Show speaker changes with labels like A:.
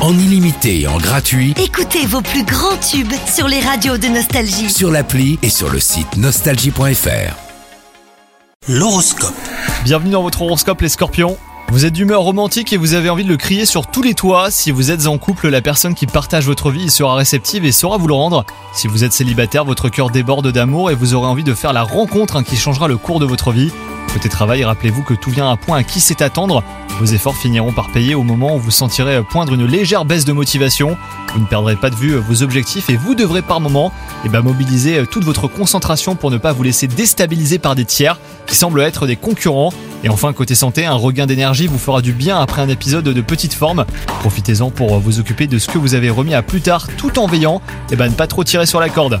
A: en illimité et en gratuit
B: Écoutez vos plus grands tubes sur les radios de Nostalgie.
A: sur l'appli et sur le site nostalgie.fr. L'horoscope.
C: Bienvenue dans votre horoscope les scorpions. Vous êtes d'humeur romantique et vous avez envie de le crier sur tous les toits. Si vous êtes en couple, la personne qui partage votre vie y sera réceptive et saura vous le rendre. Si vous êtes célibataire, votre cœur déborde d'amour et vous aurez envie de faire la rencontre hein, qui changera le cours de votre vie. Côté travail, rappelez-vous que tout vient à point à qui sait attendre. Vos efforts finiront par payer au moment où vous sentirez poindre une légère baisse de motivation. Vous ne perdrez pas de vue vos objectifs et vous devrez par moment eh ben, mobiliser toute votre concentration pour ne pas vous laisser déstabiliser par des tiers qui semblent être des concurrents. Et enfin, côté santé, un regain d'énergie vous fera du bien après un épisode de petite forme. Profitez-en pour vous occuper de ce que vous avez remis à plus tard tout en veillant et ben, ne pas trop tirer sur la corde.